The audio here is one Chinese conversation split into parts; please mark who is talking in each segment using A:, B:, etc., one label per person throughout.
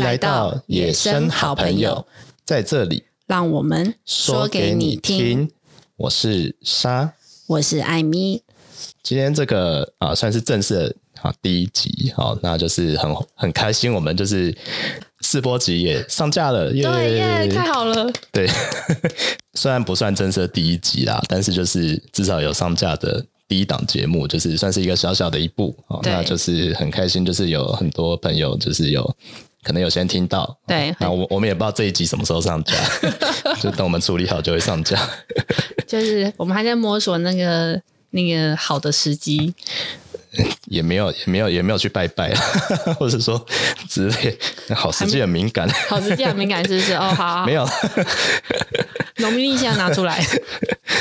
A: 来到野生好朋友，在这里
B: 让我们
A: 说给你听。我是莎，
B: 我是艾米。
A: 今天这个啊，算是正式的啊第一集，好，那就是很很开心，我们就是试播集也上架了，耶
B: 对耶，太好了！
A: 对， 虽然不算正式的第一集啦，但是就是至少有上架的第一档节目，就是算是一个小小的一步啊。
B: 对
A: 那就是很开心，就是有很多朋友就是有可能有先听到，哦
B: 对
A: 那我我们也不知道这一集什么时候 上架，就等我们处理好就会上架。
B: 就是我们还在摸索那个那个好的时机，
A: 也没有，也没有，也没有去拜拜，或者说之类，好实际很敏感，
B: 好时机很敏感，是不是？哦，好啊，
A: 没有。
B: 农民历现在拿 出来，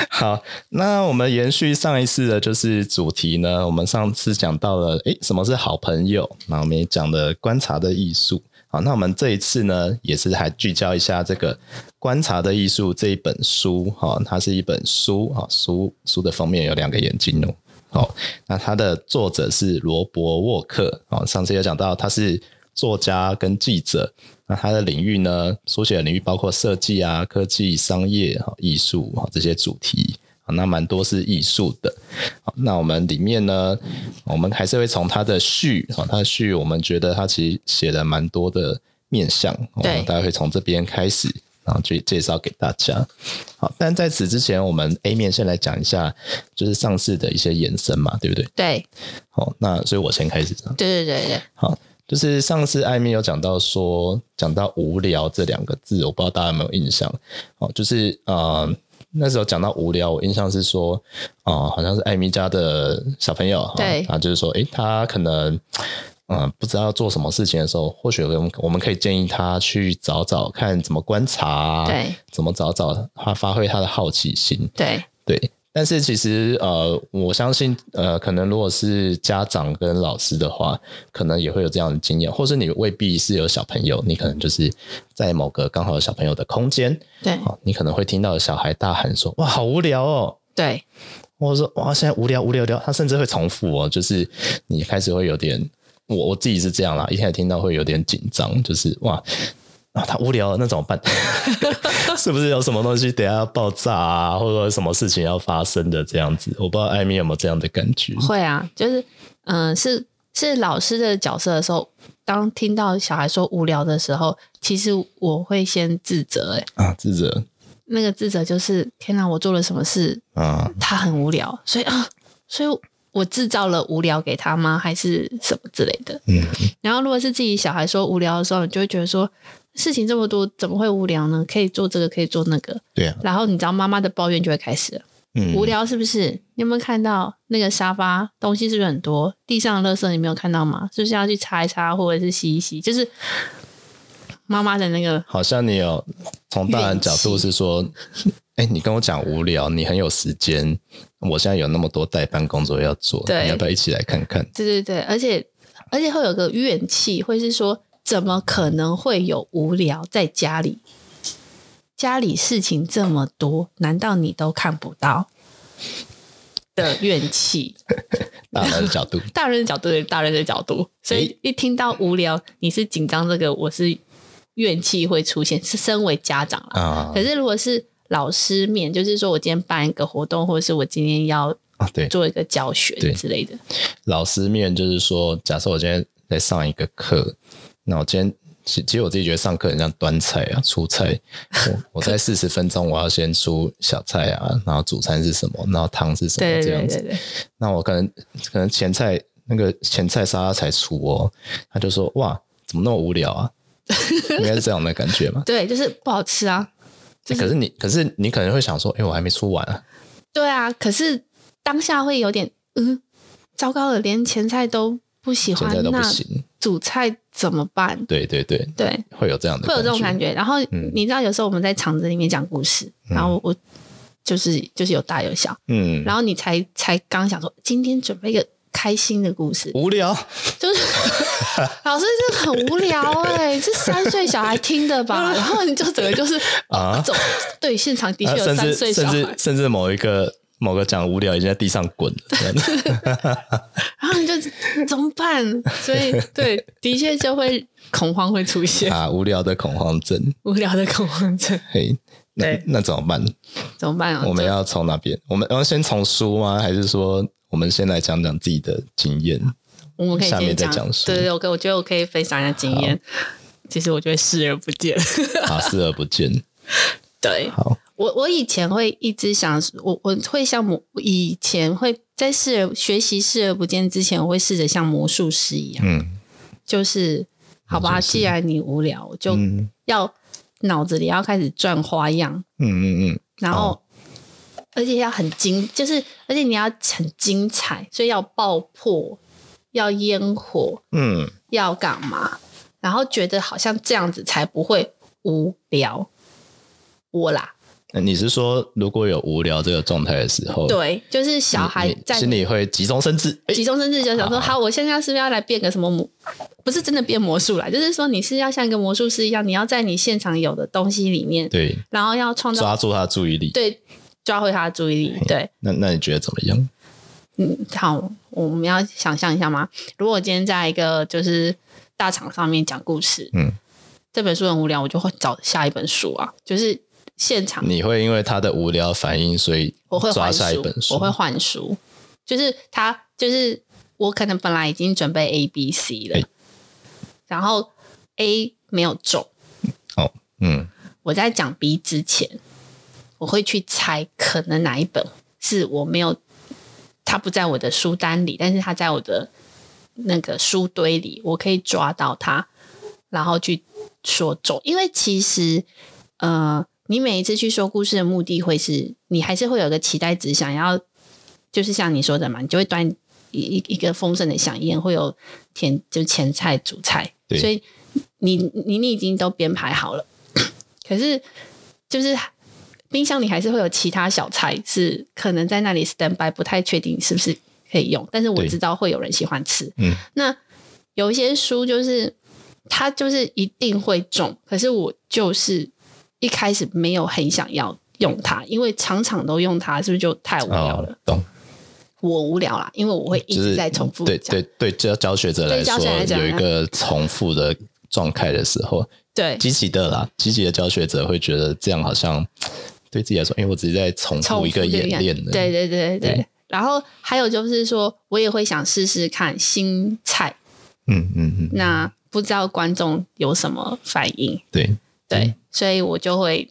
A: 好，那我们延续上一次的就是主题呢，我们上次讲到了，诶，什么是好朋友？那我们也讲了观察的艺术。好，那我们这一次呢，也是还聚焦一下这个《观察的艺术》这一本书。哈、它是一本书啊、书书的封面有两个眼睛哦。好、那它的作者是罗伯沃克。哦，上次有讲到他是作家跟记者。那他的领域呢，书写的领域包括设计啊、科技、商业、哈、艺术哈这些主题。好那蛮多是艺术的。好，那我们里面呢，我们还是会从他的序，好，他的序我们觉得他其实写了蛮多的面向，我
B: 对
A: 们大概会从这边开始。然后去介绍给大家。好，但在此之前，我们 A 面先来讲一下，就是上市的一些延伸嘛，对不对？
B: 对，
A: 好，那所以我先开始。
B: 对对对对，
A: 好，就是上次艾米有讲到说，讲到无聊这两个字，我不知道大家有没有印象？哦，就是呃，那时候讲到无聊，我印象是说，哦、好像是艾米家的小朋友，
B: 对
A: 啊，就是说，诶、他可能。嗯，不知道做什么事情的时候，或许我们我们可以建议他去找找看怎么观察、
B: 对，
A: 怎么找找他发挥他的好奇心。
B: 对
A: 对，但是其实呃，我相信呃，可能如果是家长跟老师的话，可能也会有这样的经验，或是你未必是有小朋友，你可能就是在某个刚好有小朋友的空间，
B: 对
A: 哦，你可能会听到有小孩大喊说：“哇，好无聊哦！”
B: 对
A: 或者说：“哇，现在无聊无聊无聊。”他甚至会重复哦，就是你开始会有点，我我自己是这样啦，一开始听到会有点紧张，就是哇。啊，他无聊了，那怎么办？ 是不是有什么东西等一下要爆炸啊，或者说有什么事情要发生的这样子？我不知道艾米有没有这样的感觉。
B: 会啊，就是嗯、呃是是老师的角色的时候，当听到小孩说无聊的时候，其实我会先自责、欸，
A: 啊，智者
B: 那个自责就是天哪，我做了什么事？
A: 啊，
B: 他很无聊，所以啊，所以我制造了无聊给他吗？还是什么之类的？
A: 嗯，
B: 然后如果是自己小孩说无聊的时候，你就会觉得说事情这么多，怎么会无聊呢？可以做这个，可以做那个，
A: 对啊，
B: 然后你知道妈妈的抱怨就会开始了。
A: 嗯，
B: 无聊是不是？你有没有看到那个沙发东西是不是很多？地上的垃圾你没有看到吗？是不是要去擦一擦，或者是洗一洗？就是妈妈的那个
A: 好像你有从大人角度是说，哎、你跟我讲无聊，你很有时间，我现在有那么多代班工作要做，
B: 对
A: 你要不要一起来看看？
B: 对对对，而且而且会有个怨气，会是说怎么可能会有无聊在家里？家里事情这么多，难道你都看不到？的怨气，
A: 大人的角度，
B: 大人的角度，大人的角度，所以一听到无聊，你是紧张这个，我是怨气会出现，是身为家长啦。
A: 啊
B: 可是如果是老师面，就是说我今天办一个活动，或者是我今天要
A: 啊，对，
B: 做一个教学
A: 对
B: 之类的，
A: 老师面就是说，假设我今天在上一个课，那我今天其其实我自己觉得上课很像端菜啊、出菜。我我在四十分钟，我要先出小菜啊，然后主餐是什么，然后汤是什么
B: 对
A: 这
B: 对
A: 样
B: 对
A: 子
B: 对。对，
A: 那我可能可能前菜那个前菜沙拉才出哦，他就说哇，怎么那么无聊啊？ 应该是这样的感觉嘛。
B: 对，就是不好吃啊。 就是
A: 可是你可是你可能会想说，哎、我还没出完啊。
B: 对啊，可是当下会有点，嗯，糟糕了，连前菜都不喜
A: 前
B: 欢，
A: 菜都不
B: 那
A: 行，
B: 主菜怎么办？
A: 对对对，
B: 对，
A: 会有这样的
B: 会有这种
A: 觉
B: 感觉。然后
A: 嗯
B: 你知道，有时候我们在场子里面讲故事，然后我就是就是有大有小，
A: 嗯，
B: 然后你才才刚想说，今天准备一个开心的故事，
A: 无聊。
B: 就是 老师这很无聊哎、这三岁小孩听的 吧？然后你就整个就是
A: 啊
B: 走，对，现场的确
A: 啊
B: 有
A: 甚
B: 三
A: 至
B: 岁小
A: 甚
B: 孩，
A: 至甚至某一个某个讲无聊已经在地上滚了，这 样子
B: 然后你就怎么办？所以对，的确就会恐慌会出现
A: 啊，无聊的恐慌症。
B: 无聊的恐慌症，
A: 嘿，那
B: 对
A: 那怎么办？
B: 怎么办啊？
A: 我们
B: 就
A: 要从哪边？我们要先从书吗？还是说我们先来讲讲自己的经 验？
B: 我们可以
A: 下
B: 先
A: 面再
B: 讲
A: 讲述
B: 对对，我可我觉得我可以分享一下经验。其实我觉得视而不 见。
A: 啊，视而不见。
B: 对
A: 好，
B: 我，我以前会一直想，我我会像魔，以前会在视而学习视而不见之前，我会试着像魔术师一样，
A: 嗯
B: 就是好吧，
A: 魔术师
B: 既然你无聊，我就
A: 嗯
B: 要脑子里要开始转花样，
A: 嗯嗯嗯，
B: 然后。而且要很精，就是而且你要很精彩，所以要爆破，要烟火，
A: 嗯，
B: 要干嘛，然后觉得好像这样子才不会无聊。我啦，
A: 那嗯你是说如果有无聊这个状态的时候，
B: 对，就是
A: 你，
B: 小孩
A: 哦你
B: 在
A: 心里会急中生智，哎
B: 急中生智，就想说，好，我现在是不是要来变个什么魔？不是真的变魔术啦，就是说你是要像一个魔术师一样，你要在你现场有的东西里面，
A: 对，
B: 然后要创造
A: 抓住他的注意力。
B: 对抓回他的注意力。对，
A: 那那你觉得怎么样？
B: 嗯，好，我们要想象一下吗？如果我今天在一个就是大厂上面讲故事，
A: 嗯，
B: 这本书很无聊，我就会找下一本书啊，就是现场
A: 你会因为他的无聊反应，所以
B: 我会
A: 抓
B: 换
A: 下一本书？
B: 我会换书，就是他就是我可能本来已经准备 A、B、C 了，
A: 哎
B: 然后 A 没有中，
A: 哦，嗯，
B: 我在讲 B 之前，我会去猜可能哪一本是我没有，它不在我的书单里，但是它在我的那个书堆里，我可以抓到它，然后去说中。因为其实，呃，你每一次去说故事的目的会是你还是会有个期待值，想要就是像你说的嘛，你就会端一一一个丰盛的飨宴，会有甜就前菜、主菜，
A: 对
B: 所以你你你已经都编排好了。 可是就是冰箱里还是会有其他小菜是可能在那里 stand by，不太确定是不是可以用，但是我
A: 对
B: 知道会有人喜欢吃。
A: 嗯，
B: 那有一些书就是它就是一定会中，可是我就是一开始没有很想要用它，因为场场都用它，是不是就太无聊了？
A: 哦，懂，
B: 我无聊啦，因为我会一
A: 嗯就
B: 直
A: 是
B: 在重复
A: 对
B: 讲。
A: 对对，教教学者来
B: 对教
A: 说
B: 学来讲啊
A: 有一个重复的状态的时候，
B: 对
A: 积极的啦，积极的教学者会觉得这样好像对自己来说，因为我只是在重
B: 重
A: 复一个
B: 这
A: 演练的，嗯
B: 对对对对对
A: 对。
B: 然后还有就是说，我也会想试试看新菜，
A: 嗯嗯嗯，
B: 那不知道观众有什么反应，
A: 对，嗯
B: 对，所以我就会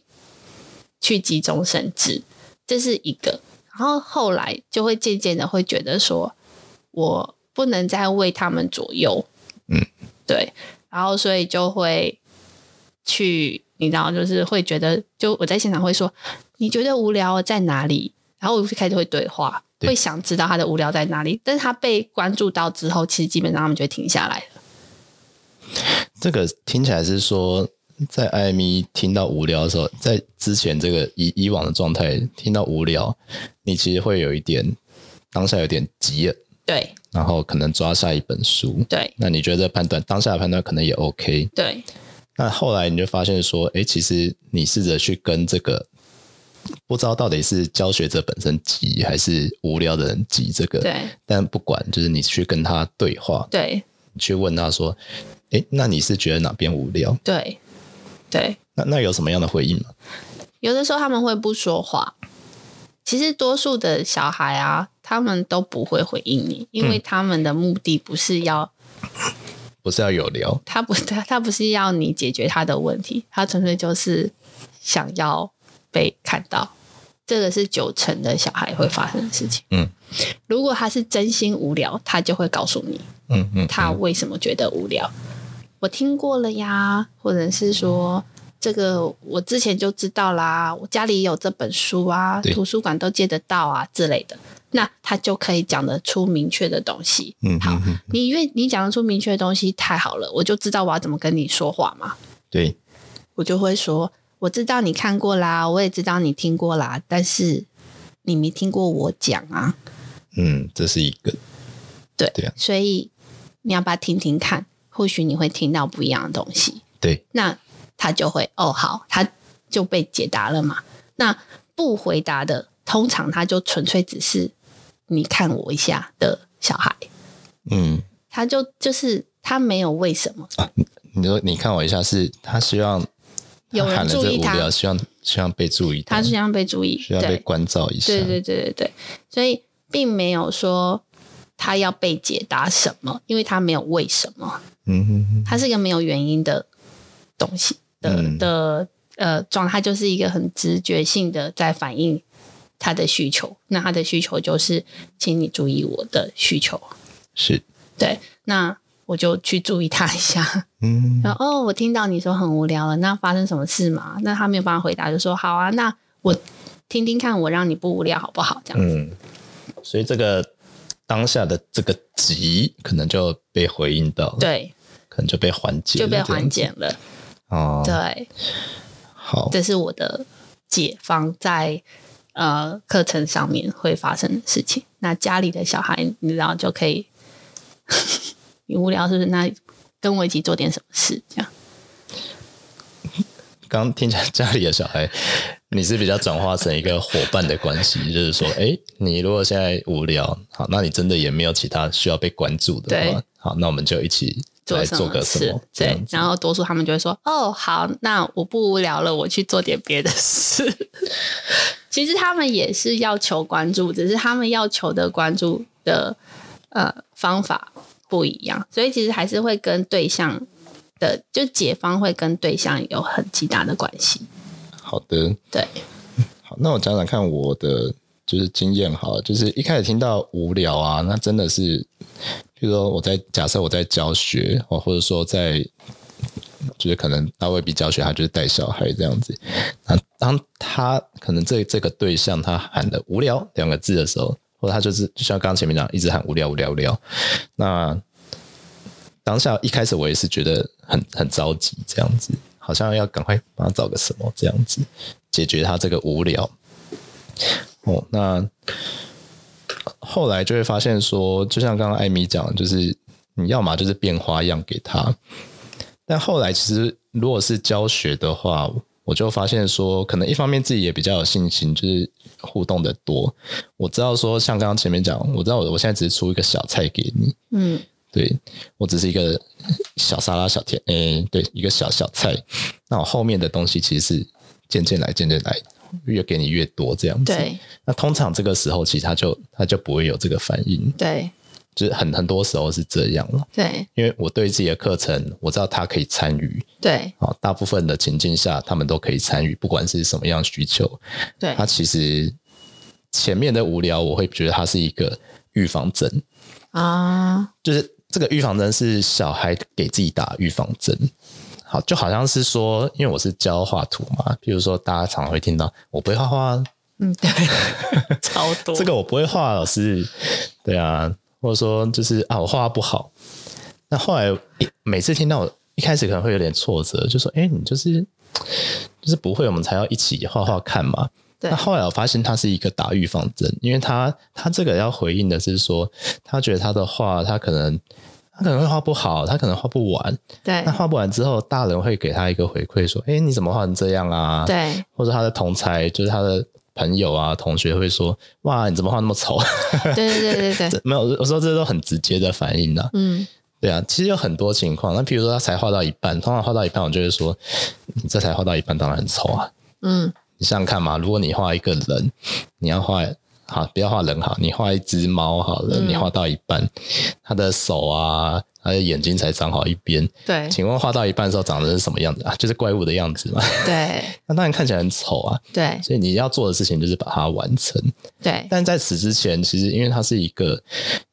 B: 去集中审治，这是一个。然后后来就会渐渐的会觉得说，我不能再为他们左右，
A: 嗯，
B: 对，然后所以就会去，你知道，就是会觉得，就我在现场会说，你觉得无聊在哪里？然后我就开始会对话，
A: 对
B: 会想知道他的无聊在哪里。但是他被关注到之后，其实基本上他们就会停下来了。
A: 这个听起来是说，在艾米听到无聊的时候，在之前这个以以往的状态听到无聊，你其实会有一点当下有点急了，
B: 对
A: 然后可能抓下一本书。
B: 对
A: 那你觉得这判断当下的判断可能也 OK？
B: 对
A: 那后来你就发现说，哎，其实你试着去跟这个不知道到底是教学者本身急还是无聊的人急这个，
B: 对
A: 但不管，就是你去跟他对话，
B: 对
A: 你去问他说，哎，那你是觉得哪边无聊？
B: 对对，
A: 那那有什么样的回应吗？
B: 有的时候他们会不说话。其实多数的小孩啊，他们都不会回应你，因为他们的目的不是要
A: 不是要有聊，
B: 他不他他不是要你解决他的问题，他纯粹就是想要被看到。这个是九成的小孩会发生的事情。
A: 嗯，
B: 如果他是真心无聊，他就会告诉你
A: 嗯嗯，
B: 他为什么觉得无聊。我听过了呀，或者是说这个我之前就知道啦，我家里有这本书啊，
A: 对
B: 图书馆都借得到啊之类的。那他就可以讲得出明确的东西。
A: 嗯
B: 好，你因为你讲得出明确的东西，太好了，我就知道我要怎么跟你说话嘛。
A: 对，
B: 我就会说，我知道你看过啦，我也知道你听过啦，但是你没听过我讲啊，
A: 嗯，这是一个，
B: 对，
A: 对啊
B: 所以你要不要听听看？或许你会听到不一样的东西。
A: 对，
B: 那他就会哦，好，他就被解答了嘛。那不回答的，通常他就纯粹只是你看我一下的小孩，
A: 嗯，
B: 他就就是他没有为什么，
A: 哦你说你看我一下是，他希望
B: 有人
A: 喊了
B: 注
A: 这
B: 意
A: 无
B: 他
A: 聊，希望希望被注意到，
B: 他是想被注意，
A: 需要被
B: 对
A: 关照一下，
B: 对对对对对，所以并没有说他要被解答什么，因为他没有为什么，
A: 嗯哼哼，
B: 他是一个没有原因的东西的、
A: 嗯
B: 的呃状态，就是一个很直觉性的在反映他的需求，那他的需求就是请你注意我的需求，
A: 是，
B: 对，那我就去注意他一 下。
A: 嗯
B: 然后哦，我听到你说很无聊了，那发生什么事嘛？那他没有办法回答，就说好啊，那我听听看，我让你不无聊好不好？这样子，
A: 嗯，所以这个当下的这个急，可能就被回应到了，，
B: 对，
A: 可能就被缓解了
B: 就
A: 这
B: 被
A: 样子，
B: 缓解了。
A: 哦，
B: 对，
A: 好，
B: 这是我的解方在呃课程上面会发生的事情。那家里的小孩，你知道就可以， 你无聊是不是？那跟我一起做点什么事，这样
A: 刚刚听起来家里的小孩，你是比较转化成一个伙伴的关系，就是说，哎，你如果现在无聊，好，那你真的也没有其他需要被关注的话
B: 对，
A: 好，那我们就一起来
B: 什
A: 做
B: 么
A: 个什
B: 事
A: 么，？这
B: 对
A: 样，子
B: 然后多数他们就会说：“哦，好，那我不无聊了，我去做点别的事。” 其实他们也是要求关注，只是他们要求的关注的呃方法不一样，所以其实还是会跟对象的，就解方会跟对象有很极大的关系。
A: 好的，
B: 对，
A: 好，那我讲讲看我的就是经验好了，就是一开始听到无聊啊，那真的是，譬如说我在假设我在教学，哦，或者说在。就是可能他未必教学，他就是带小孩这样子。那当他可能这这个对象他喊的“无聊”两个字的时候，或者他就是就像刚刚前面讲，一直喊“无聊无聊无聊”，那当下一开始我也是觉得很很着急，这样子，好像要赶快帮他找个什么这样子解决他这个无聊。哦，那后来就会发现说，就像刚刚艾米讲的，就是你要嘛就是变花样给他，但后来其实如果是教学的话，我就发现说，可能一方面自己也比较有信心，就是互动的多。我知道说，像刚刚前面讲，我知道我我现在只是出一个小菜给你，
B: 嗯，
A: 对我只是一个小沙拉小甜，诶、对，一个小小菜。那我后面的东西其实是渐渐来，渐渐来，越给你越多这样子。
B: 对
A: 那通常这个时候，其实他就他就不会有这个反应，
B: 对
A: 就是很很多时候是这样了。
B: 对
A: 因为我对自己的课程，我知道他可以参与，
B: 对
A: 啊，大部分的情境下，他们都可以参与，不管是什么样的需求，
B: 对
A: 他其实前面的无聊，我会觉得它是一个预防针，
B: 啊，
A: 就是这个预防针是小孩给自己打预防针。好，就好像是说，因为我是教画图嘛，譬如说大家常会听到我不会画画，
B: 嗯，对， 超多
A: 这个我不会画，老师，对啊，或者说就是啊，我画画不好。那后来一每次听到我一开始可能会有点挫折，就说，哎、你就是就是不会，我们才要一起画画看嘛。
B: 对
A: 那后来我发现它是一个打预防针，因为他他这个要回应的是说，他觉得他的画他可能他可能会画不好，他可能画不完。
B: 对
A: 那画不完之后，大人会给他一个回馈说：“哎、你怎么画成这样啊？”，
B: 对
A: 或者他的同才就是他的朋友啊同学会说：“哇，你怎么画那么丑
B: 对对对 对？”对，
A: 这没有，我说这都很直接的反应啊。
B: 嗯，
A: 对啊，其实有很多情况，那譬如说他才画到一半，通常画到一半，我就会说：“你这才画到一半，当然很丑啊。”
B: 嗯
A: 你想想看嘛，如果你画一个人，你要画好，不要画人好，你画一只猫好了，
B: 嗯
A: 你画到一半，它的手啊，它的眼睛才长好一边。
B: 对
A: 请问画到一半的时候长得是什么样子啊？就是怪物的样子嘛。
B: 对
A: 那当然看起来很丑啊，
B: 对
A: 所以你要做的事情就是把它完成。
B: 对
A: 但在此之前，其实因为它是一个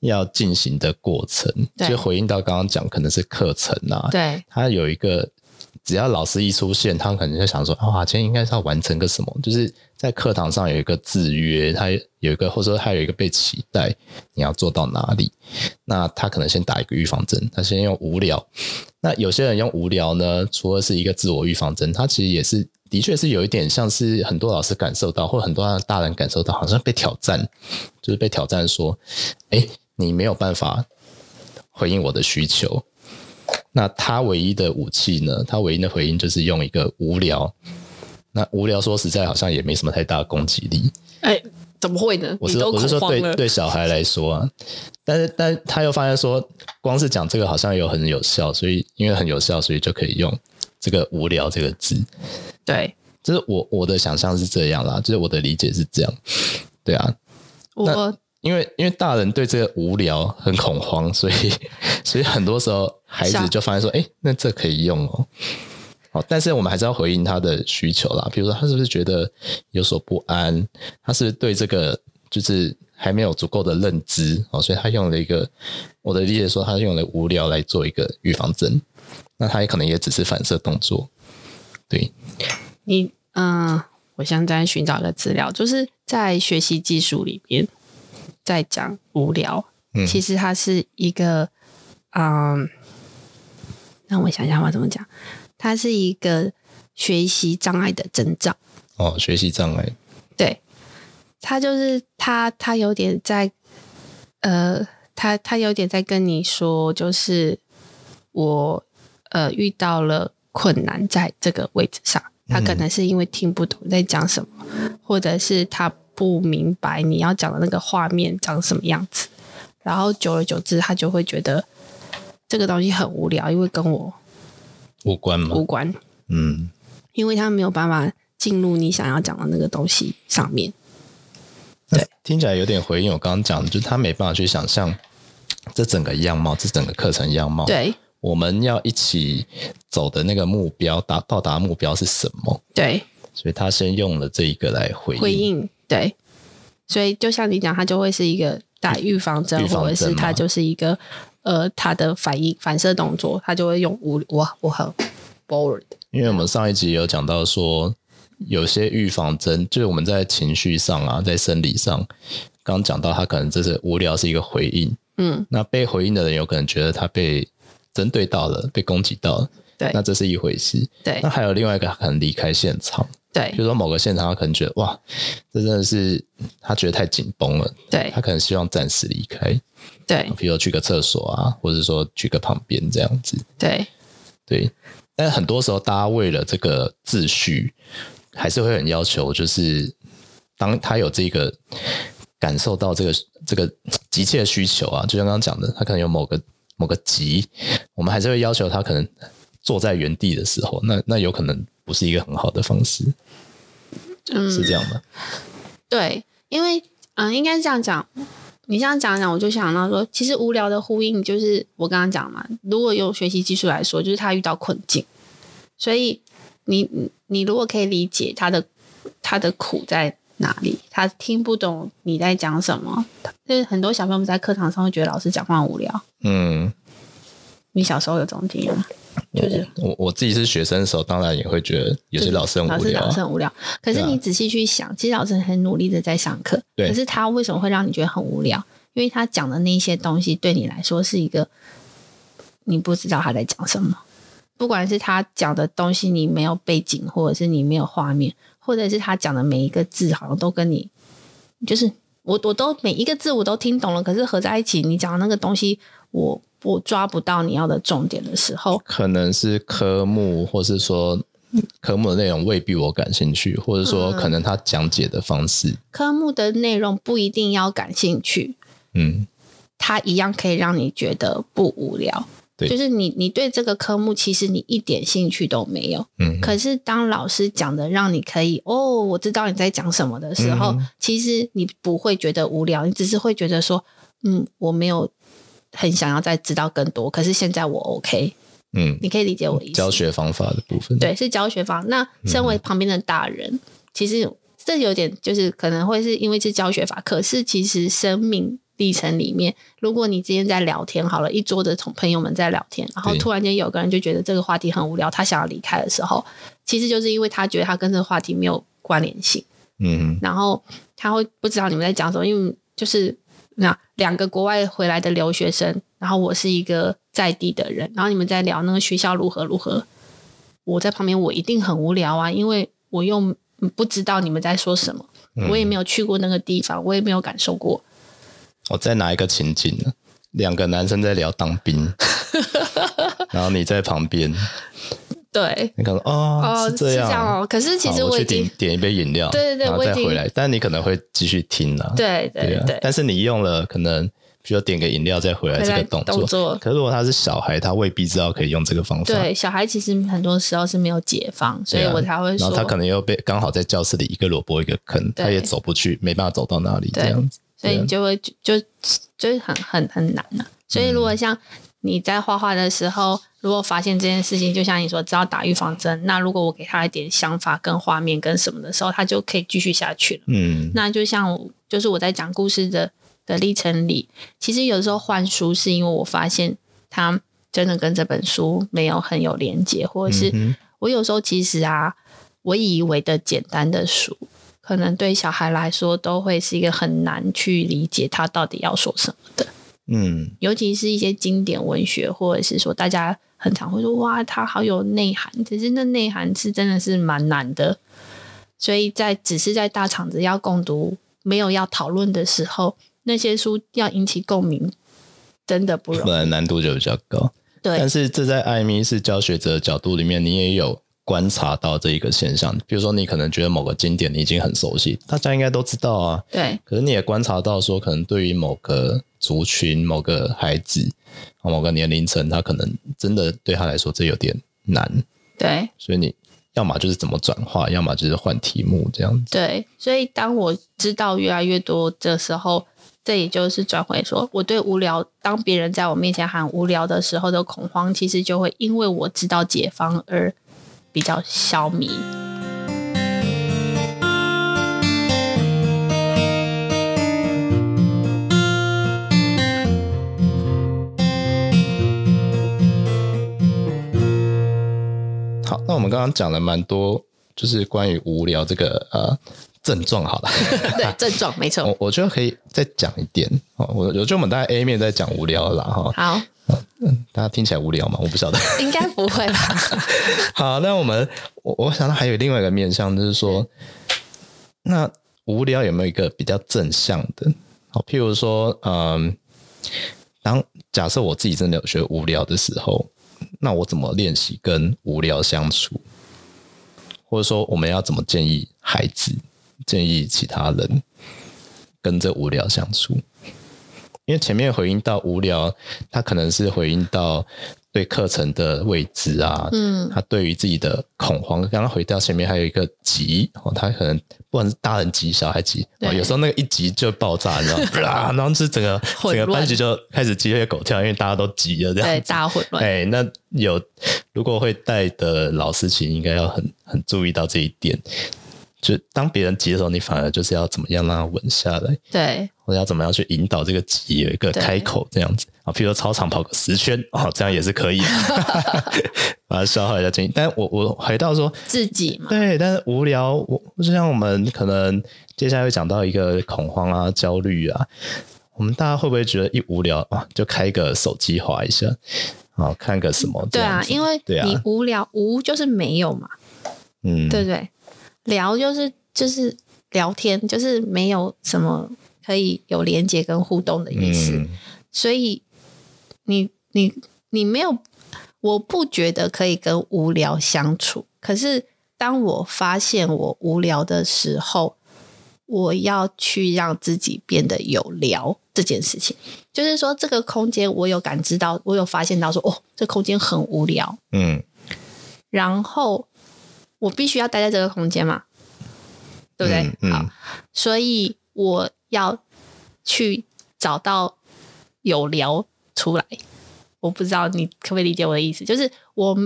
A: 要进行的过程，
B: 对
A: 就回应到刚刚讲，可能是课程啊，
B: 对
A: 他有一个，只要老师一出现，他可能就想说，哇，今天应该是要完成个什么，就是在课堂上有一个制约，他有一个或者说他有一个被期待，你要做到哪里？那他可能先打一个预防针，他先用无聊。那有些人用无聊呢，除了是一个自我预防针，他其实也是。的确是有一点像是很多老师感受到，或很多大人感受到，好像被挑战，就是被挑战说，哎、你没有办法回应我的需求，那他唯一的武器呢？他唯一的回应就是用一个无聊。那无聊说实在好像也没什么太大的攻击力，
B: 哎，怎么会呢？
A: 我
B: 你
A: 是
B: 都
A: 我
B: 恐
A: 是说
B: 慌
A: 对
B: 了，
A: 对小孩来说啊，但是但他又发现说，光是讲这个好像有很有效，所以因为很有效，所以就可以用这个“无聊”这个字。
B: 对
A: 就是我我的想象是这样啦，就是我的理解是这样，对啊，
B: 我
A: 因为因为大人对这个无聊很恐慌，所以所以很多时候孩
B: 是啊
A: 子就发现说，哎、那这可以用哦。好，但是我们还是要回应他的需求啦，比如说他是不是觉得有所不安，他是不是对这个就是还没有足够的认知哦，所以他用了一个我的理解说，他用了无聊来做一个预防针，那他也可能也只是反射动作，对，
B: 你嗯，我现在在寻找一个资料，就是在学习技术里面，在讲无聊，
A: 嗯
B: 其实它是一个嗯，让我想想我要怎么讲，它是一个学习障碍的征兆，
A: 哦，学习障碍，
B: 对，它就是它，它有点在呃，它它有点在跟你说，就是我呃遇到了困难在这个位置上，他可能是因为听不懂在讲什么，或者是他不明白你要讲的那个画面长什么样子，然后久而久之，他就会觉得这个东西很无聊，因为跟我
A: 无关吗
B: 无？关，
A: 嗯，
B: 因为他没有办法进入你想要讲的那个东西上面。
A: 对，听起来有点回应我刚刚讲的，就是他没办法去想象这整个样貌，这整个课程样貌。，
B: 对
A: 我们要一起走的那个目标，达到达目标是什么？
B: 对，
A: 所以他先用了这一个来回应。
B: 回应，对。所以就像你讲，它就会是一个打预防针
A: 预，防针
B: 或者是它
A: 嘛
B: 就是一个呃，它的反应反射动作，它就会用无我我很 bored，
A: 因为我们上一集有讲到说，有些预防针就是我们在情绪上啊，在生理上，刚刚讲到他可能这是无聊是一个回应，
B: 嗯，
A: 那被回应的人有可能觉得他被针对到了，被攻击到了，
B: 对
A: 那这是一回事。
B: 对
A: 那还有另外一个可能离开现场，比
B: 对
A: 如说某个现场，他可能觉得哇，这真的是他觉得太紧绷了，
B: 对
A: 他可能希望暂时离开，
B: 对
A: 比如说去个厕所啊，或者说去个旁边这样子。
B: 对
A: 对，但很多时候大家为了这个秩序，还是会很要求，就是当他有这个感受到这个这个急切的需求啊，就像刚刚讲的，他可能有某个某个急，我们还是会要求他可能坐在原地的时候，那那有可能不是一个很好的方式，
B: 嗯
A: 是这样吗？
B: 对，因为嗯、呃应该是这样讲。你这样讲讲，我就想到说，其实无聊的呼应就是我刚刚讲嘛。如果用学习技术来说，就是他遇到困境，所以你你你如果可以理解他的他的苦在哪里，他听不懂你在讲什么，就是很多小朋友在课堂上会觉得老师讲话很无聊。
A: 嗯，
B: 你小时候有这种经验吗？就是
A: 我我自己是学生的时候，当然也会觉得有些老师很
B: 老
A: 无
B: 师
A: 聊、
B: 老
A: 啊
B: 师，很无聊。可是
A: 对啊
B: 你仔细去想，其实老师很努力的在上课，
A: 对
B: 可是他为什么会让你觉得很无聊？因为他讲的那一些东西对你来说是一个你不知道他在讲什么，不管是他讲的东西你没有背景，或者是你没有画面，或者是他讲的每一个字好像都跟你就是我我都每一个字我都听懂了，可是合在一起你讲的那个东西我。我抓不到你要的重点的时候，
A: 可能是科目，或是说科目的内容未必我感兴趣，或
B: 嗯
A: 者说可能他讲解的方式，
B: 科目的内容不一定要感兴趣，
A: 嗯，
B: 它一样可以让你觉得不无聊。
A: 对
B: 就是你你对这个科目其实你一点兴趣都没有，
A: 嗯
B: 可是当老师讲的让你可以哦，我知道你在讲什么的时
A: 嗯
B: 候，其实你不会觉得无聊，你只是会觉得说，嗯，我没有很想要再知道更多，可是现在我 OK，
A: 嗯，
B: 你可以理解我意思。
A: 教学方法的部分，，
B: 对，是教学方。那身为旁边的大人，其实这有点就是可能会是因为是教学法，可是其实生命历程里面，如果你今天在聊天好了，一桌的同朋友们在聊天，然后
A: 对
B: 突然间有个人就觉得这个话题很无聊，他想要离开的时候，其实就是因为他觉得他跟这个话题没有关联性，
A: 嗯，
B: 然后他会不知道你们在讲什么，因为就是那两个国外回来的留学生，然后我是一个在地的人，然后你们在聊那个学校如何如何，我在旁边我一定很无聊啊，因为我又不知道你们在说什么，
A: 嗯
B: 我也没有去过那个地方，我也没有感受过，
A: 我哦再拿一个情景啊呢， 两个男生在聊当兵，然后你在旁边，
B: 对，
A: 你可能哦
B: 哦，
A: 是这样
B: 哦。可是其
A: 好
B: 实
A: 我
B: 已
A: 去
B: 经
A: 点，点一杯饮料，
B: 对对对
A: 然后
B: 我已
A: 再
B: 经
A: 回来，但你可能会继续听啦，
B: 对
A: 啊
B: 对，
A: 但是你用了可能。需要点个饮料再回来
B: 回
A: 这
B: 来
A: 个动
B: 动作
A: 可是如果他是小孩，他未必知道可以用这个方法。
B: 对，小孩其实很多时候是没有解放，所以
A: 对啊
B: 我才会
A: 然
B: 说
A: 后，他可能又被刚好在教室里一个萝卜一个坑，
B: 对
A: 他也走不去，没办法走到哪里这
B: 对
A: 样子。
B: 所以
A: 对啊
B: 你就会就就就是很很很难了、所以如果像你在画画的时候，如果发现这件事情，就像你说，知道打预防针，那如果我给他一点想法、跟画面、跟什么的时候，他就可以继续下去了。
A: 嗯，
B: 那就像我就是我在讲故事的的历程里，其实有时候换书是因为我发现它真的跟这本书没有很有连接，或者是
A: 嗯
B: 我有时候其实啊，我以为的简单的书，可能对小孩来说都会是一个很难去理解他到底要说什么的。
A: 嗯
B: 尤其是一些经典文学，或者是说大家很常会说哇，它好有内涵，只是那内涵是真的是蛮难的。所以在只是在大场子要共读，没有要讨论的时候，那些书要引起共鸣，真的不容易。
A: 本来难度就比较高。
B: 对
A: 但是这在艾米是教学者的角度里面，你也有观察到这一个现象。比如说，你可能觉得某个经典你已经很熟悉，大家应该都知道啊。
B: 对
A: 可是你也观察到说，可能对于某个族群、某个孩子、哦某个年龄层，他可能真的对他来说这有点难，
B: 对
A: 所以你要么就是怎么转化，要么就是换题目这样子。
B: 对，所以当我知道越来越多的时候，这也就是转回说，我对无聊，当别人在我面前喊无聊的时候的恐慌，其实就会因为我知道解放而比较消 弭。
A: 好，那我们刚刚讲了蛮多，就是关于无聊这个呃症状，好了，
B: 对，症状没错。
A: 我我觉得可以再讲一点哦。我我觉得我们大概 A 面在讲无聊了啦哈，
B: 好，
A: 大家听起来无聊吗？我不晓得。
B: 应该不会 吧？
A: 好，那我们我我想到还有另外一个面向，就是说，那无聊有没有一个比较正向的？好，譬如说，嗯，当假设我自己真的有学无聊的时候，那我怎么练习跟无聊相处？或者说，我们要怎么建议孩子、建议其他人跟这无聊相处？因为前面回应到无聊，他可能是回应到对课程的未知啊，嗯，他对于自己的恐慌。刚刚回到前面还有一个急哦，他可能不管是大人急、小孩急，哦，
B: 对
A: 有时候那个一急就爆炸，你 知道吗，啊，然后就是整个整
B: 混
A: 个班
B: 乱
A: 级就开始鸡飞狗跳，因为大家都急了这样
B: 对，
A: 子。
B: 大家混乱。
A: 哎、那有如果会带的老师，其实应该要很很注意到这一点。就当别人急的时候，你反而就是要怎么样让他稳下来，
B: 对
A: 或者要怎么样去引导这个急有一个
B: 对
A: 开口这样子啊，譬如说操场跑个十圈哦，这样也是可以的， 把它消耗一下精力。但我我回到说，
B: 自己嘛，
A: 对，但是无聊，我就像我们可能接下来会讲到一个恐慌啊、焦虑啊，我们大家会不会觉得一无聊啊，就开个手机划一下，啊，看个什么这
B: 对
A: 样
B: 啊，
A: 子？
B: 因为
A: 对啊
B: 你无聊，无就是没有嘛，
A: 嗯，
B: 对不对？聊就是就是聊天，就是没有什么可以有连接跟互动的意思。
A: 嗯，
B: 所以你你你没有，我不觉得可以跟无聊相处。可是当我发现我无聊的时候，我要去让自己变得有聊这件事情，就是说这个空间我有感知到，我有发现到说哦，这空间很无聊，
A: 嗯，
B: 然后我必须要待在这个空间嘛，对不对？
A: 嗯
B: 好
A: 嗯，
B: 所以我要去找到有聊出来。我不知道你可不可以理解我的意思，就是我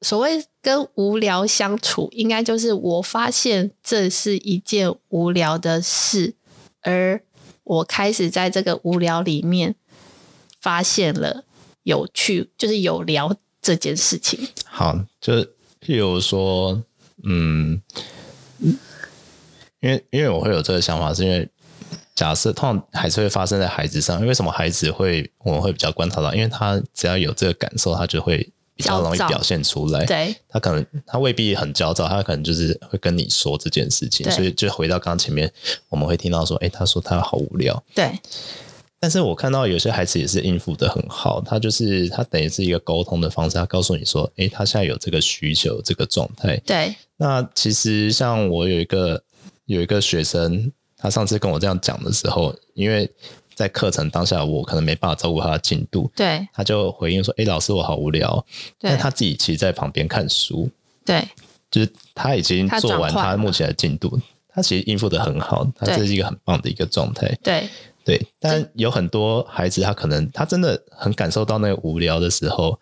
B: 所谓跟无聊相处，应该就是我发现这是一件无聊的事，而我开始在这个无聊里面发现了有趣，就是有聊这件事情。
A: 好，就是譬如说，嗯，因为因为我会有这个想法，是因为假设通常还是会发生在孩子上。因为为什么孩子会我们会比较观察到？因为他只要有这个感受，他就会比较容易
B: 焦躁
A: 表现出来。
B: 对
A: 他可能他未必很焦躁，他可能就是会跟你说这件事情。
B: 对
A: 所以就回到刚刚前面，我们会听到说，哎、他说他好无聊。
B: 对
A: 但是我看到有些孩子也是应付的很好，他就是他等于是一个沟通的方式，他告诉你说，诶，他现在有这个需求，有这个状态。
B: 对，
A: 那其实像我有一个有一个学生，他上次跟我这样讲的时候，因为在课程当下我可能没办法照顾他的进度，
B: 对，
A: 他就回应说，诶，老师我好无聊，
B: 对
A: 但，他自己其实在旁边看书，
B: 对，
A: 就是他已经
B: 他
A: 做
B: 转
A: 完
B: 换
A: 他目前的进度，他其实应付的很好，他
B: 对
A: 这是一个很棒的一个状态。
B: 对，
A: 对，但有很多孩子，他可能他真的很感受到那个无聊的时候，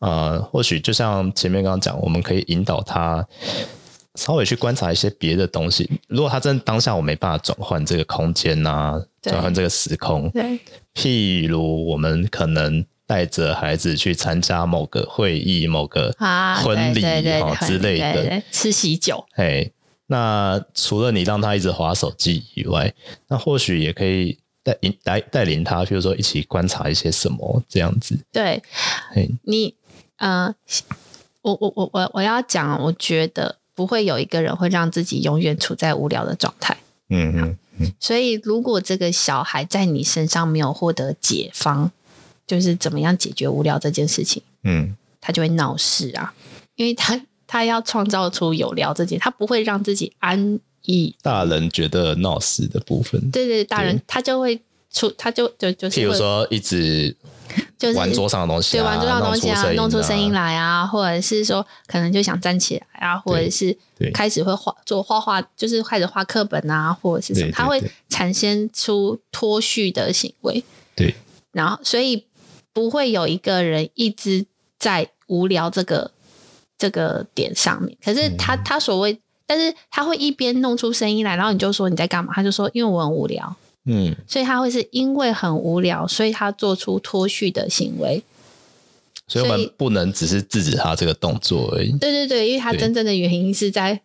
A: 呃，或许就像前面刚刚讲，我们可以引导他稍微去观察一些别的东西。如果他真的当下我没办法转换这个空间呐、啊
B: 对
A: 转换这个时空，
B: 对，
A: 譬如我们可能带着孩子去参加某个会议、某个
B: 啊，
A: 婚礼
B: 对对对
A: 哦之类的，
B: 对对吃喜酒，
A: 哎，那除了你让他一直划手机以外，那或许也可以带引带带领他，比如说一起观察一些什么这样子。
B: 对，
A: 嘿，
B: 你，呃，我我我我我要讲，我觉得不会有一个人会让自己永远处在无聊的状态。
A: 嗯嗯，
B: 所以，如果这个小孩在你身上没有获得解放，就是怎么样解决无聊这件事情，
A: 嗯
B: 他就会闹事啊，因为他他要创造出有聊这件，他不会让自己安逸。
A: 大人觉得闹事的部分，
B: 对对，对大人他就会出，他就就就是
A: 譬如
B: 会
A: 说一直
B: 就是
A: 玩桌上的东西、
B: 对，
A: 啊，
B: 玩桌上的东西啊，弄出声音
A: 来。
B: 来啊，或者是说可能就想站起来啊，或者是
A: 对
B: 开始会画做画画，就是开始画课本啊，或者是什么，
A: 对对
B: 它会
A: 对
B: 产生出脱序的行为，
A: 对，
B: 然后所以不会有一个人一直在无聊这个这个点上面。可是他、他所谓，但是他会一边弄出声音来，然后你就说你在干嘛，他就说因为我很无聊，
A: 嗯，
B: 所以他会是因为很无聊，所以他做出脱序的行为。
A: 所以我
B: 所以
A: 们不能只是制止他这个动作而已。
B: 对对对，因为他
A: 对
B: 真正的原因是在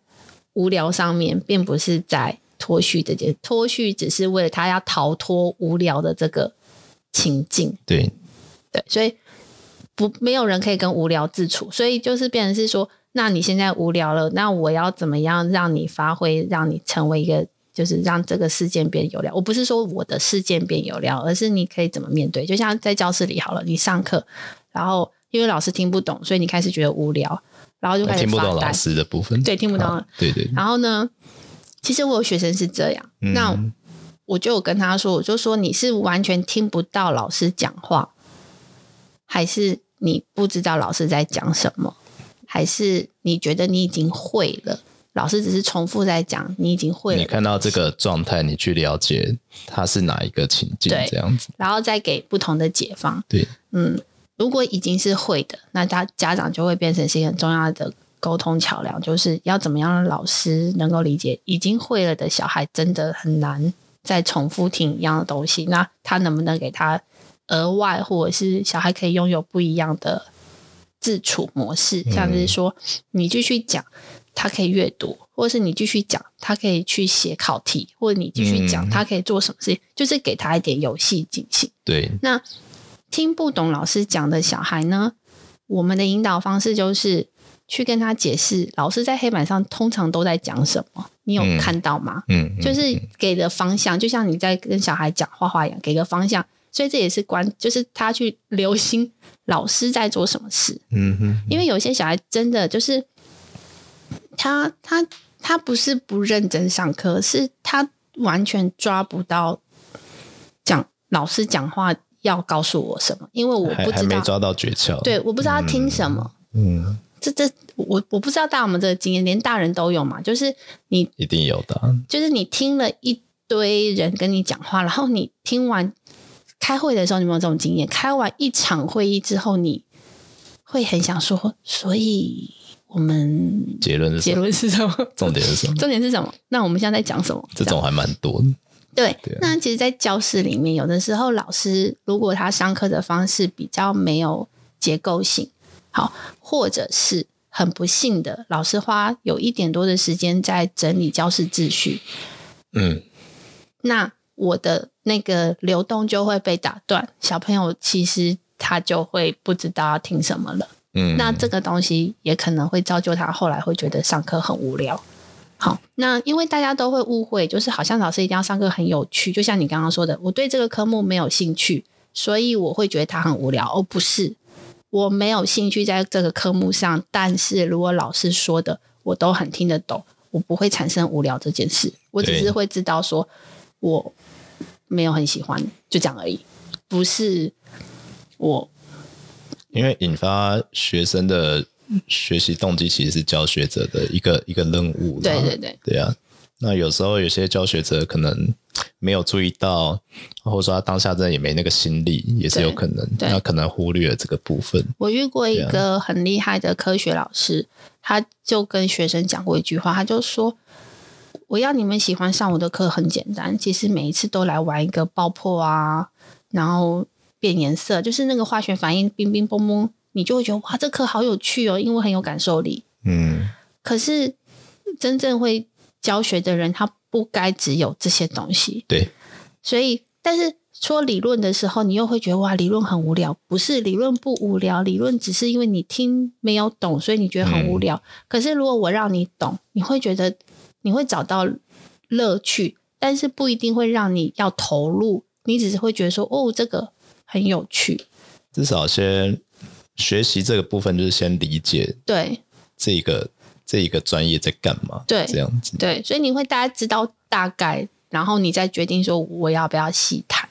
B: 无聊上面，并不是在脱序这件。脱序只是为了他要逃脱无聊的这个情境。
A: 对，
B: 对，所以不没有人可以跟无聊自处，所以就是变成是说，那你现在无聊了，那我要怎么样让你发挥，让你成为一个。就是让这个事件变有料，我不是说我的事件变有料，而是你可以怎么面对。就像在教室里好了，你上课，然后因为老师听不懂，所以你开始觉得无聊，然后就开始
A: 啊听不
B: 发
A: 懂老
B: 呆。
A: 师的部分，
B: 对，听不懂
A: 啊，对对，
B: 然后呢，其实我有学生是这样，
A: 嗯
B: 那我就有跟他说，我就说你是完全听不到老师讲话，还是你不知道老师在讲什么，还是你觉得你已经会了，老师只是重复在讲，你已经会
A: 你
B: 了，
A: 看到这个状态，你去了解他是哪一个情境
B: 对
A: 这样子。
B: 然后再给不同的解放。
A: 对，
B: 嗯，如果已经是会的，那家家长就会变成是一个很重要的沟通桥梁，就是要怎么样让老师能够理解已经会了的小孩真的很难再重复听一样的东西，那他能不能给他额外或者是小孩可以拥有不一样的自处模式，像是说你继续讲。他可以阅读，或者是你继续讲，他可以去写考题，或者你继续讲，
A: 嗯
B: 他可以做什么事情，就是给他一点游戏进行。
A: 对，
B: 那听不懂老师讲的小孩呢，我们的引导方式就是去跟他解释，老师在黑板上通常都在讲什么，你有
A: 嗯
B: 看到吗？
A: 嗯，嗯
B: 就是给的方向，就像你在跟小孩讲画画一样，给个方向。所以这也是关，就是他去留心老师在做什么事，
A: 嗯哼，
B: 因为有些小孩真的就是他他他不是不认真上课，是他完全抓不到讲老师讲话要告诉我什么，因为我
A: 还
B: 不
A: 还
B: 知
A: 没
B: 道，
A: 抓到诀窍。，
B: 对，我不知道要听什么。
A: 嗯，
B: 这这我我不知道大家有没有这个经验，连大人都有嘛。就是你
A: 一定有的啊。
B: 就是你听了一堆人跟你讲话，然后你听完开会的时候，你有没有这种经验？开完一场会议之后，你会很想说，所以我们
A: 结论是什
B: 结
A: 么？
B: 论是什么？
A: 重点是什么？
B: 重点是什么？那我们现在在讲什么？
A: 嗯这种还蛮多的。
B: 对
A: 对啊，
B: 那其实，在教室里面，有的时候老师如果他上课的方式比较没有结构性，好，或者是很不幸的，老师花有一点多的时间在整理教室秩序，
A: 嗯，
B: 那我的那个流动就会被打断，小朋友其实他就会不知道要听什么了。
A: 嗯，
B: 那这个东西也可能会造就他后来会觉得上课很无聊。好，那因为大家都会误会，就是好像老师一定要上课很有趣，就像你刚刚说的，我对这个科目没有兴趣，所以我会觉得它很无聊。哦，不是，我没有兴趣在这个科目上，但是如果老师说的我都很听得懂，我不会产生无聊这件事，我只是
A: 对
B: 会知道说我没有很喜欢，就这样而已，不是我
A: 因为引发学生的学习动机，其实是教学者的一个一个任务啦。
B: 对对对
A: 对啊。那有时候有些教学者可能没有注意到，或者说他当下真的也没那个心力，也是有可能。
B: 对对
A: 那可能忽略了这个部分。
B: 我遇过一
A: 对啊
B: 个很厉害的科学老师，他就跟学生讲过一句话，他就说：“我要你们喜欢上我的课很简单，其实每一次都来玩一个爆破啊，然后变颜色，就是那个化学反应，冰冰嘣嘣，你就会觉得哇，这课好有趣哦，因为很有感受力。
A: 嗯，
B: 可是真正会教学的人，他不该只有这些东西，
A: 对，
B: 所以，但是说理论的时候，你又会觉得哇，理论很无聊。不是理论不无聊，理论只是因为你听没有懂，所以你觉得很无聊。可是如果我让你懂，你会觉得你会找到乐趣，但是不一定会让你要投入，你只是会觉得说哦，这个很有趣。
A: 至少先学习这个部分，就是先理解
B: 对
A: 这个这一个专业在干嘛。
B: 对
A: 这样子。
B: 对，所以你会大家知道大概，然后你再决定说我要不要细谈。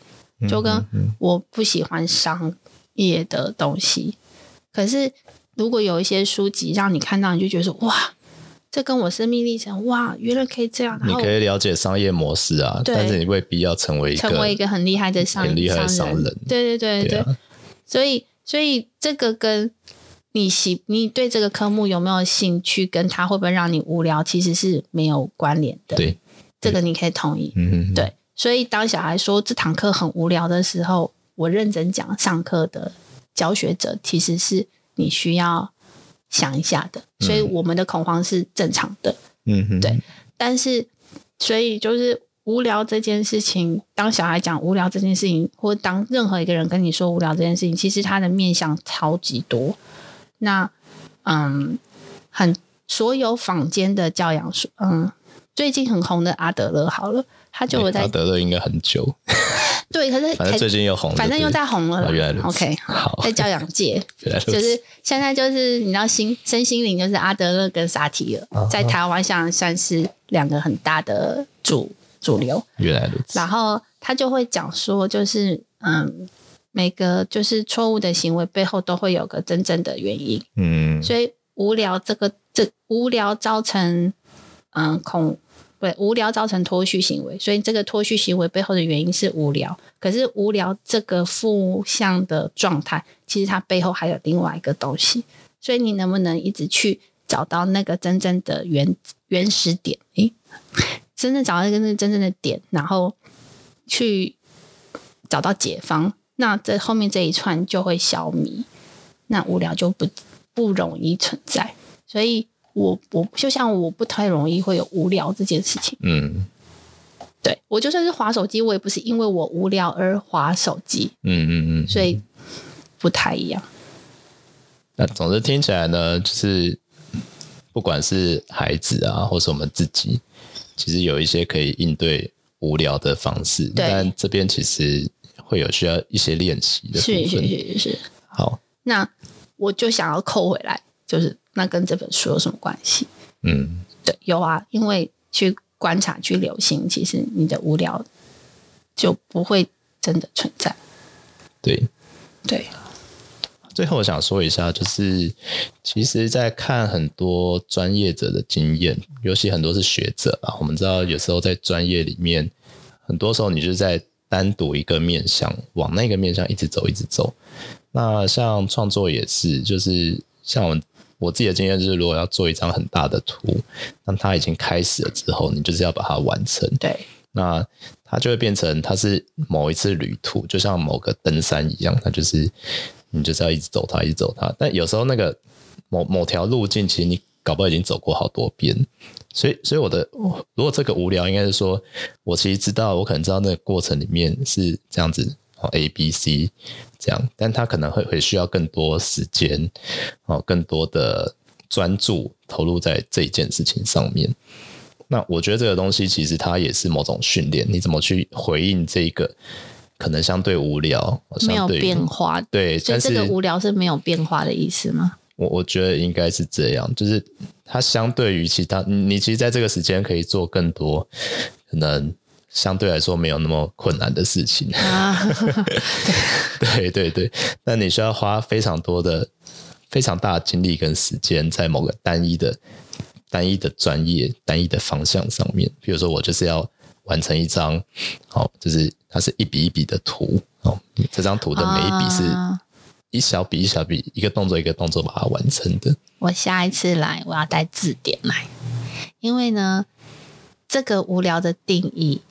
B: 就跟
A: 嗯嗯
B: 我不喜欢商业的东西。可是如果有一些书籍让你看到，你就觉得说哇，这跟我生命历程哇，原来可以这样，然
A: 你
B: 后
A: 可以了解商业模式啊，
B: 对
A: 但是你未必要成为一个
B: 成为一个很厉害的商
A: 很厉害的
B: 商
A: 商人
B: 对对对对，
A: 对啊
B: 所以所以这个跟你喜你对这个科目有没有兴趣，跟它会不会让你无聊，其实是没有关联的。
A: 对，
B: 这个你可以同意。
A: 嗯，
B: 对，所以当小孩说这堂课很无聊的时候，我认真讲上课的教学者其实是你需要想一下的，所以我们的恐慌是正常的。
A: 嗯哼，
B: 对但是，所以就是无聊这件事情，当小孩讲无聊这件事情，或当任何一个人跟你说无聊这件事情，其实他的面向超级多。那嗯，很所有坊间的教养书，嗯，最近很红的阿德勒，好了，他就有
A: 哎阿
B: 在
A: 德勒应该很久，
B: 对，可是
A: 反正最近又红了，
B: 反正又
A: 对
B: 在红了啦。
A: 哦原来如此哦
B: OK，
A: 好，
B: 在教养 界，
A: 原来如此
B: 就是现在就是你知道心身心灵就是阿德勒跟萨提
A: 啊
B: 尔，在台湾像算是两个很大的主主流。
A: 原来如此，
B: 然后他就会讲说，就是嗯，每个就是错误的行为背后都会有个真正的原因，
A: 嗯，
B: 所以无聊这个这无聊造成嗯恐。对，无聊造成脱序行为，所以这个脱序行为背后的原因是无聊。可是无聊这个负向的状态，其实它背后还有另外一个东西。所以你能不能一直去找到那个真正的原原始点？诶，真正找到一个那真正的点，然后去找到解方，那这后面这一串就会消弭，那无聊就不不容易存在。所以我我就像我不太容易会有无聊这件事情。
A: 嗯
B: 对我就算是划手机，我也不是因为我无聊而划手机，
A: 嗯嗯嗯，
B: 所以不太一样。
A: 那总之听起来呢，就是不管是孩子啊，或是我们自己，其实有一些可以应对无聊的方式，
B: 对
A: 但这边其实会有需要一些练习的
B: 是
A: 部
B: 是
A: 分。
B: 是是。
A: 好，
B: 那我就想要扣回来，就是那跟这本书有什么关系？
A: 嗯，
B: 对，有啊，因为去观察、去留心，其实你的无聊就不会真的存在。
A: 对，
B: 对，
A: 最后我想说一下，就是其实，在看很多专业者的经验，尤其很多是学者啊，我们知道有时候在专业里面，很多时候你就是在单独一个面向，往那个面向一直走，一直走。那像创作也是，就是像我我自己的经验就是，如果要做一张很大的图，当它已经开始了之后，你就是要把它完成。
B: 对，
A: 那它就会变成它是某一次旅途，就像某个登山一样，它就是你就是要一直走它，一直走它。但有时候那个某某条路径，其实你搞不好已经走过好多遍，所以所以我的我如果这个无聊，应该是说我其实知道，我可能知道那个过程里面是这样子。哦，A、B、C 这样，但它可能会会需要更多时间，哦，更多的专注投入在这一件事情上面。那我觉得这个东西其实它也是某种训练，你怎么去回应这个可能相对无聊，哦
B: 没有
A: 相对于
B: 变化，
A: 对，
B: 所以
A: 但
B: 这个
A: 是
B: 无聊是没有变化的意思吗？
A: 我我觉得应该是这样，就是它相对于其他，你你其实在这个时间可以做更多，可能相对来说没有那么困难的事情。
B: 啊，
A: 对对对，但你需要花非常多的、非常大的精力跟时间在某个单一的、单一的专业、单一的方向上面。比如说，我就是要完成一张，哦，就是它是一笔一笔的图，哦，这张图的每一笔是
B: 啊
A: 一小笔一小笔，一个动作一个动作把它完成的。
B: 我下一次来，我要带字典来，因为呢，这个无聊的定义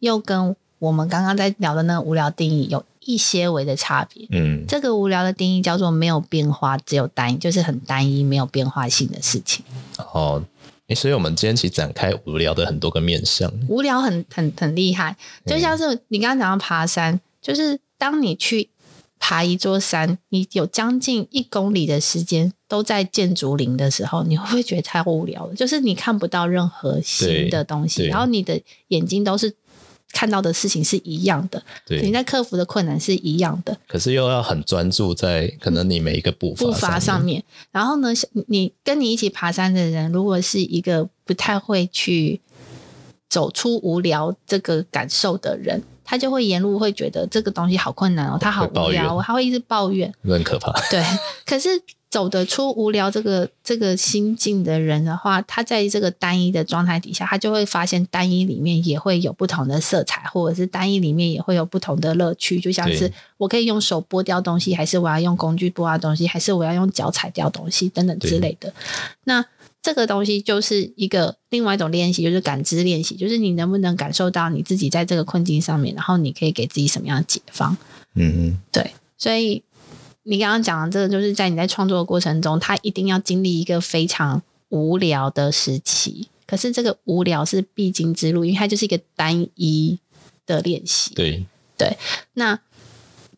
B: 又跟我们刚刚在聊的那个无聊定义有一些微的差别。
A: 嗯
B: 这个无聊的定义叫做没有变化，只有单一，就是很单一、没有变化性的事情。
A: 哦，诶所以我们今天其实展开无聊的很多个面向。
B: 无聊很很很厉害，
A: 嗯
B: 就像是你刚刚讲到爬山，就是当你去爬一座山，你有将近一公里的时间都在建筑林的时候，你会不会觉得太无 聊了？就是你看不到任何新的东西，
A: 对对
B: 然后你的眼睛都是看到的事情是一样的，你
A: 对，
B: 在克服的困难是一样的，
A: 可是又要很专注在可能你每一个步伐
B: 步伐上
A: 面
B: 面。然后呢，你你跟你一起爬山的人，如果是一个不太会去走出无聊这个感受的人，他就会沿路会觉得这个东西好困难哦，他好
A: 会抱
B: 无聊哦，
A: 怨
B: 他会一直抱怨。
A: 很可 怕。
B: 对，可是走得出无聊这个这个心境的人的话，他在这个单一的状态底下，他就会发现单一里面也会有不同的色彩，或者是单一里面也会有不同的乐趣。就像是
A: 对
B: 我可以用手剥掉东西，还是我要用工具剥掉东西，还是我要用脚踩掉东西等等之
A: 对
B: 类的。那这个东西就是一个另外一种练习，就是感知练习，就是你能不能感受到你自己在这个困境上面，然后你可以给自己什么样的解放。
A: 嗯嗯，
B: 对，所以你刚刚讲的这个，就是在你在创作的过程中，他一定要经历一个非常无聊的时期。可是这个无聊是必经之路，因为它就是一个单一的练习。
A: 对，
B: 那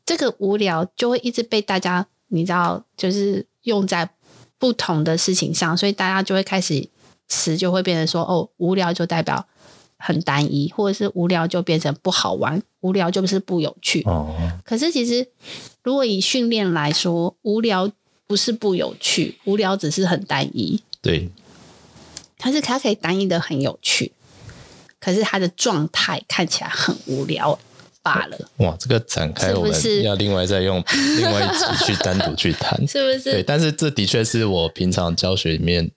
B: 这个无聊就会一直被大家，你知道，就是用在不同的事情上，所以大家就会开始词就会变成说，哦，无聊就代表很单一，或者是无聊就变成不好玩，无聊就是不有趣。
A: 哦，
B: 可是其实，如果以训练来说，无聊不是不有趣，无聊只是很单一，
A: 对，
B: 它是它可以单一的很有趣，可是它的状态看起来很无聊罢了，
A: 哇，这个展开
B: 是不
A: 我
B: 是
A: 们要另外再 用另外一集去单独去谈。
B: 是不
A: 对，
B: 是？
A: 但是这的确是我平常教学里面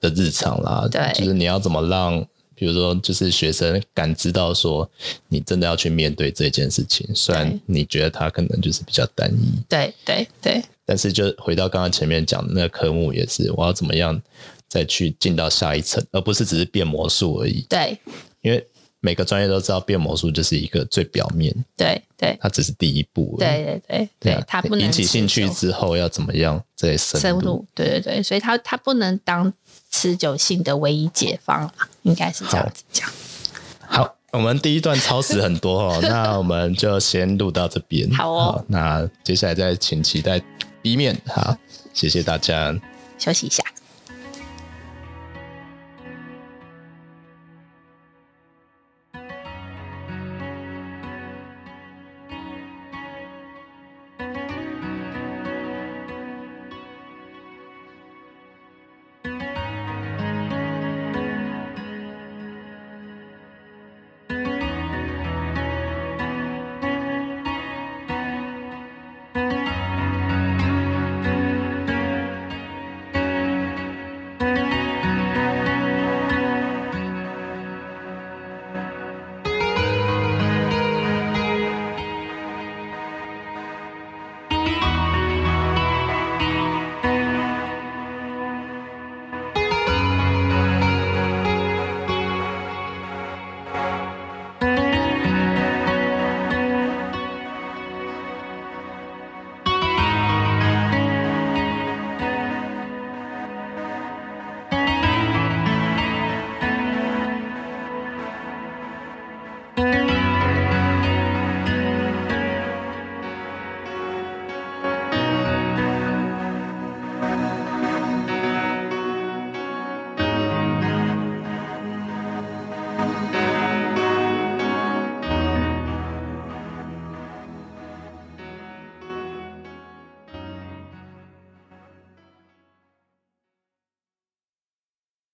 A: 的日常啦。
B: 对
A: 就是你要怎么让，比如说，就是学生感知到说，你真的要去面对这件事情，虽然
B: 对
A: 你觉得它可能就是比较单一，
B: 对对对
A: 但是就回到刚刚前面讲的那个科目，也是我要怎么样再去进到下一层，而不是只是变魔术而已。
B: 对
A: 因为每个专业都知道，变魔术就是一个最表面，
B: 对对
A: 它只是第一步而已。
B: 对对对
A: 啊
B: 对，它不能
A: 引起兴趣
B: 持久
A: 之后要怎么样再深
B: 深
A: 入？
B: 入，对对对，所以它它不能当持久性的唯一解放啦，应该是这样子讲。
A: 好，我们第一段超时很多哦，那我们就先录到这边。
B: 好哦
A: 那接下来再请期待 B 面。好，谢谢大家。
B: 休息一下。